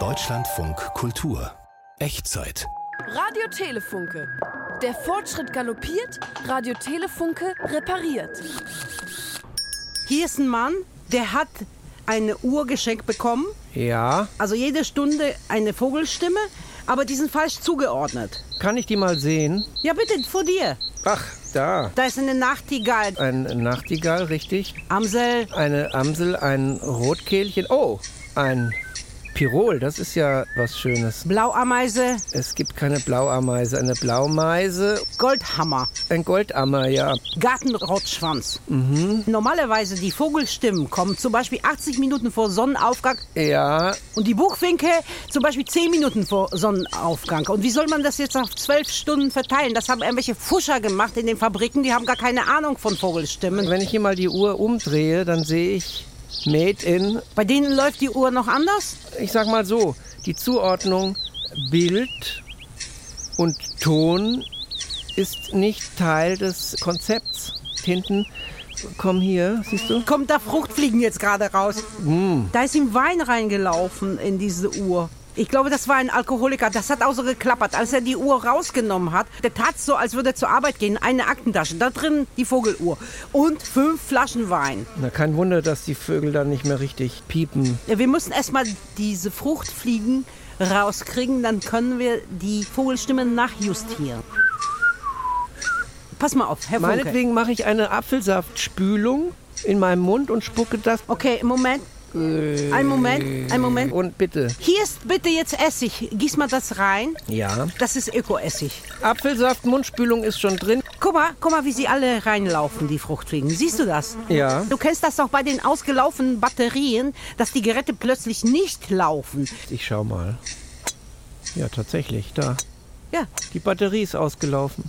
Deutschlandfunk Kultur. Echtzeit. Radio Telefunke. Der Fortschritt galoppiert, Radio Telefunke repariert. Hier ist ein Mann, der hat eine Uhr geschenkt bekommen. Ja, Also jede Stunde eine Vogelstimme, aber die sind falsch zugeordnet. kann ich die mal sehen? Ja, bitte, vor dir. Ach, da. Da ist eine Nachtigall. Ein Nachtigall, richtig. Amsel, Eine Amsel, ein Rotkehlchen. Oh, ein Pirol, das ist ja was Schönes. Blauameise, Es gibt keine Blauameise, eine Blaumeise, Goldhammer, ein Goldammer, ja. Gartenrotschwanz. Normalerweise die Vogelstimmen kommen zum Beispiel 80 Minuten vor Sonnenaufgang Ja, und die Buchfinke zum Beispiel 10 Minuten vor Sonnenaufgang. Und wie soll man das jetzt auf 12 Stunden verteilen? Das haben irgendwelche Fuscher gemacht in den Fabriken, die haben gar keine Ahnung von Vogelstimmen. wenn ich hier mal die Uhr umdrehe, dann sehe ich Made in, Bei denen läuft die Uhr noch anders? ich sag mal so, die Zuordnung Bild und Ton ist nicht Teil des Konzepts. Hinten kommen hier, siehst du? Kommt da Fruchtfliegen jetzt gerade raus? Da ist ihm Wein reingelaufen in diese Uhr. Ich glaube, das war ein Alkoholiker. Das hat auch so geklappert. Als er die Uhr rausgenommen hat, der tat so, als würde er zur Arbeit gehen. Eine Aktentasche, da drin die Vogeluhr und fünf Flaschen Wein. Na, kein Wunder, dass die Vögel dann nicht mehr richtig piepen. Wir müssen erstmal diese Fruchtfliegen rauskriegen, dann können wir die Vogelstimme nachjustieren. Pass mal auf, Herr Funke. Meinetwegen mache ich eine Apfelsaftspülung in meinem Mund und spucke das. Okay, Moment. Ein Moment, ein Moment. Und bitte. Hier ist bitte jetzt Essig. Gieß mal das rein. Ja. Das ist Öko-Essig. Apfelsaft, Mundspülung ist schon drin. Guck mal, guck mal, wie sie alle reinlaufen, die Fruchtfliegen. Siehst du das? Ja. Du kennst das doch bei den ausgelaufenen Batterien, dass die Geräte plötzlich nicht laufen. Ich schau mal. Ja, tatsächlich, da. Ja, Die Batterie ist ausgelaufen.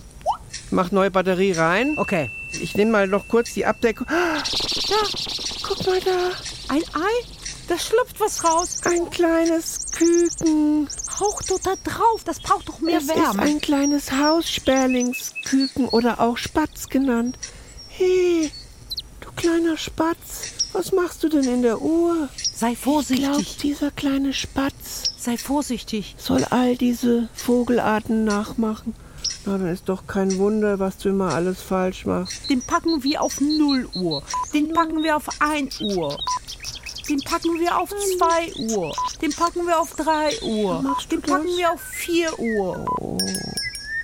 Mach neue Batterie rein. okay. Ich nehme mal noch kurz die Abdeckung. Ah, Da, guck mal da. ein Ei, da schlüpft was raus. Ein kleines Küken. Hauch doch da drauf, das braucht doch mehr es ist Wärme. ein kleines Haussperlingsküken oder auch Spatz genannt. Hey, du kleiner Spatz, was machst du denn in der Uhr? sei Ich glaub, vorsichtig, dieser kleine Spatz sei vorsichtig. soll all diese Vogelarten nachmachen. Na, dann ist doch kein Wunder, was du immer alles falsch machst. Den packen wir auf 0 Uhr. Den packen wir auf 1 Uhr. Den packen wir auf 2 Uhr. Den packen wir auf 3 Uhr. Machst du Den packen das? wir auf 4 Uhr.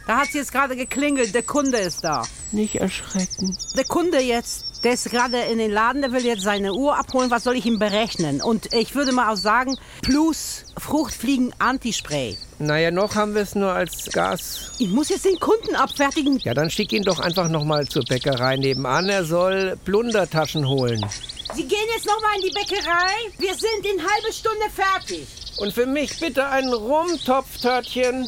Da hat jetzt gerade geklingelt. Der Kunde ist da. Nicht erschrecken. Der Kunde jetzt, der ist gerade in den Laden, der will jetzt seine Uhr abholen. Was soll ich ihm berechnen? Und ich würde mal auch sagen, plus Fruchtfliegen-Antispray. Naja, noch haben wir es nur als Gas. Ich muss jetzt den Kunden abfertigen. Ja, dann schick ihn doch einfach nochmal zur Bäckerei nebenan. Er soll Plundertaschen holen. Sie gehen jetzt nochmal in die Bäckerei. Wir sind in halbe Stunde fertig. Und für mich bitte ein Rumtopftörtchen.